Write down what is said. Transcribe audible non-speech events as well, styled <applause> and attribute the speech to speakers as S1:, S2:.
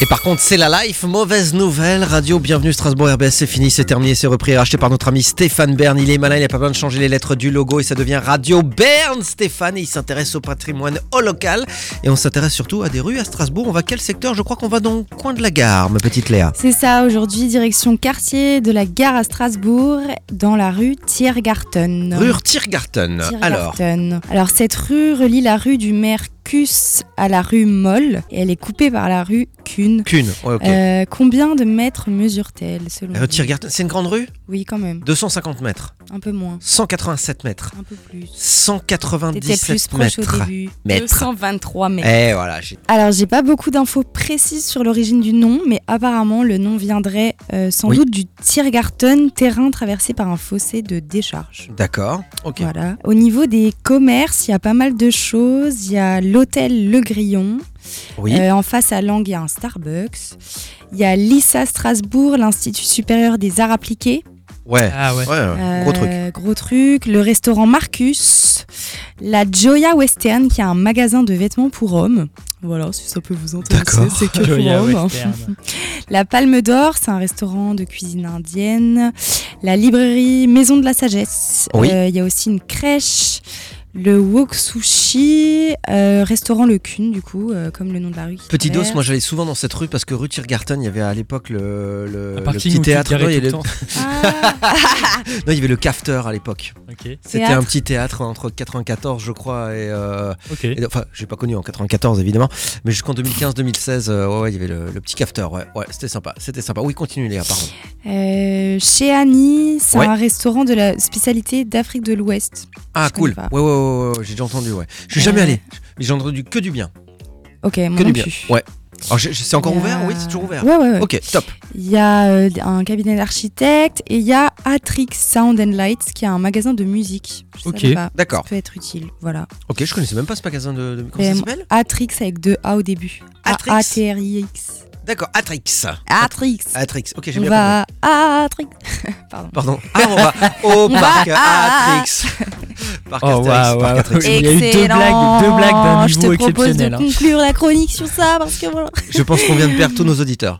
S1: Et par contre, c'est la life. Mauvaise nouvelle. Radio Bienvenue Strasbourg RBS, c'est fini, c'est terminé, c'est repris et racheté par notre ami Stéphane Bern. Il est malin, il a pas besoin de changer les lettres du logo et ça devient Radio Bern Stéphane. Et il s'intéresse au patrimoine au local. Et on s'intéresse surtout à des rues à Strasbourg. On va quel secteur Je crois qu'on va dans le coin de la gare, ma petite Léa.
S2: C'est ça, aujourd'hui, direction quartier de la gare à Strasbourg, dans la rue Tiergarten.
S1: Rue Tiergarten. Alors,
S2: Tiergarten. Alors, cette rue relie la rue du Mercus à la rue Molle et elle est coupée par la rue Kuhn.
S1: qu'une. Ouais, ok.
S2: Euh, combien de mètres mesure-t-elle selon
S1: Rue
S2: vous
S1: Tiergarten, c'est une grande rue
S2: Oui, quand même.
S1: 250 mètres,
S2: Un peu moins.
S1: 187 mètres,
S2: Un peu plus. T'étais plus
S1: 197
S2: proche au
S1: mètres.
S2: début.
S1: Mètres.
S2: 223 mètres.
S1: Et voilà, j'ai
S2: Alors, j'ai pas beaucoup d'infos précises sur l'origine du nom, mais apparemment, le nom viendrait euh, sans
S1: Oui.
S2: doute du Tiergarten, terrain traversé par un fossé de décharge.
S1: D'accord, ok.
S2: Voilà. Au niveau des commerces, il y a pas mal de choses. Il y a l'hôtel Le Grillon.
S1: Oui,
S2: Euh, en face à Langue, il y a un Starbucks. Il y a l'ISA Strasbourg, l'Institut supérieur des arts appliqués.
S1: ouais.
S3: Ah ouais.
S1: Ouais, gros truc.
S2: Euh, Gros truc. Le restaurant Marcus. La Joya Western, qui a un magasin de vêtements pour hommes. Voilà, si ça peut vous intéresser,
S1: D'accord.
S2: c'est que pour
S3: <laughs> Joya
S2: hommes.
S3: Western.
S2: La Palme d'Or, c'est un restaurant de cuisine indienne. La librairie Maison de la Sagesse.
S1: Oui.
S2: Euh, Il y a aussi une crèche. Le Wok Sushi, euh, restaurant Le Cune, du coup, euh, comme le nom de la rue. qui
S1: Petit dos,
S2: traverse.
S1: moi j'allais souvent dans cette rue parce que rue Tiergarten, il y avait à l'époque le, le-
S3: Un
S1: Euh, le
S3: parking
S1: petit
S3: où tu te
S1: théâtre.
S3: garais
S1: Non, il y
S3: tout le
S1: avait-
S3: temps.
S2: Ah,
S1: <laughs> non, il y avait le cafeteur à l'époque.
S3: Ok,
S1: C'était
S2: Théâtre.
S1: un petit théâtre entre 94, je crois, et. euh,
S3: ok.
S1: et- enfin, j'ai pas connu en 94 évidemment, mais jusqu'en 2015-2016, euh, ouais, ouais, il y avait le, le petit cafeteur. Ouais, ouais, c'était sympa. C'était sympa. Oui, continue Léa, pardon.
S2: euh, chez Annie, c'est
S1: Ouais.
S2: un restaurant de la spécialité d'Afrique de l'Ouest.
S1: Ah,
S2: Je
S1: cool.
S2: connais
S1: Ouais, ouais, ouais, ouais, ouais, j'ai déjà entendu, ouais. Je suis
S2: Euh,
S1: jamais allé, mais j'ai entendu que du bien.
S2: Ok, moi
S1: Que
S2: non
S1: du bien.
S2: plus.
S1: Ouais. Alors, j'ai- j'ai- c'est encore
S2: Il y a-
S1: ouvert Oui, c'est toujours ouvert.
S2: Ouais, ouais, ouais.
S1: Ok, top.
S2: Il y a euh, un cabinet d'architectes et il y a Atrix Sound and Lights qui est un magasin de musique. Je
S3: Ok.
S2: savais pas.
S1: D'accord.
S2: Ça peut être utile, voilà.
S1: Ok, je connaissais même pas ce magasin de. de- comment
S2: Mais
S1: ça
S2: moi-
S1: s'appelle
S2: Atrix avec deux A au début.
S1: Atrix.
S2: A-T-R-I-X.
S1: D'accord, Atrix.
S2: Atrix.
S3: Ah,
S1: Atrix. Ok, j'ai
S2: On
S1: bien compris.
S2: va à Atrix. Pardon.
S1: Pardon. Ah, on va au
S2: va
S1: parc
S2: à-
S1: Atrix. Parc
S3: Oh,
S1: Astérix,
S3: waouh,
S1: parc
S3: waouh.
S1: Atrix.
S3: Il y a eu deux blagues- deux blagues d'un
S2: Excellent. Je
S3: niveau
S2: te propose de
S3: exceptionnel, hein.
S2: conclure la chronique sur ça parce que voilà.
S1: Je pense qu'on vient de perdre tous nos auditeurs.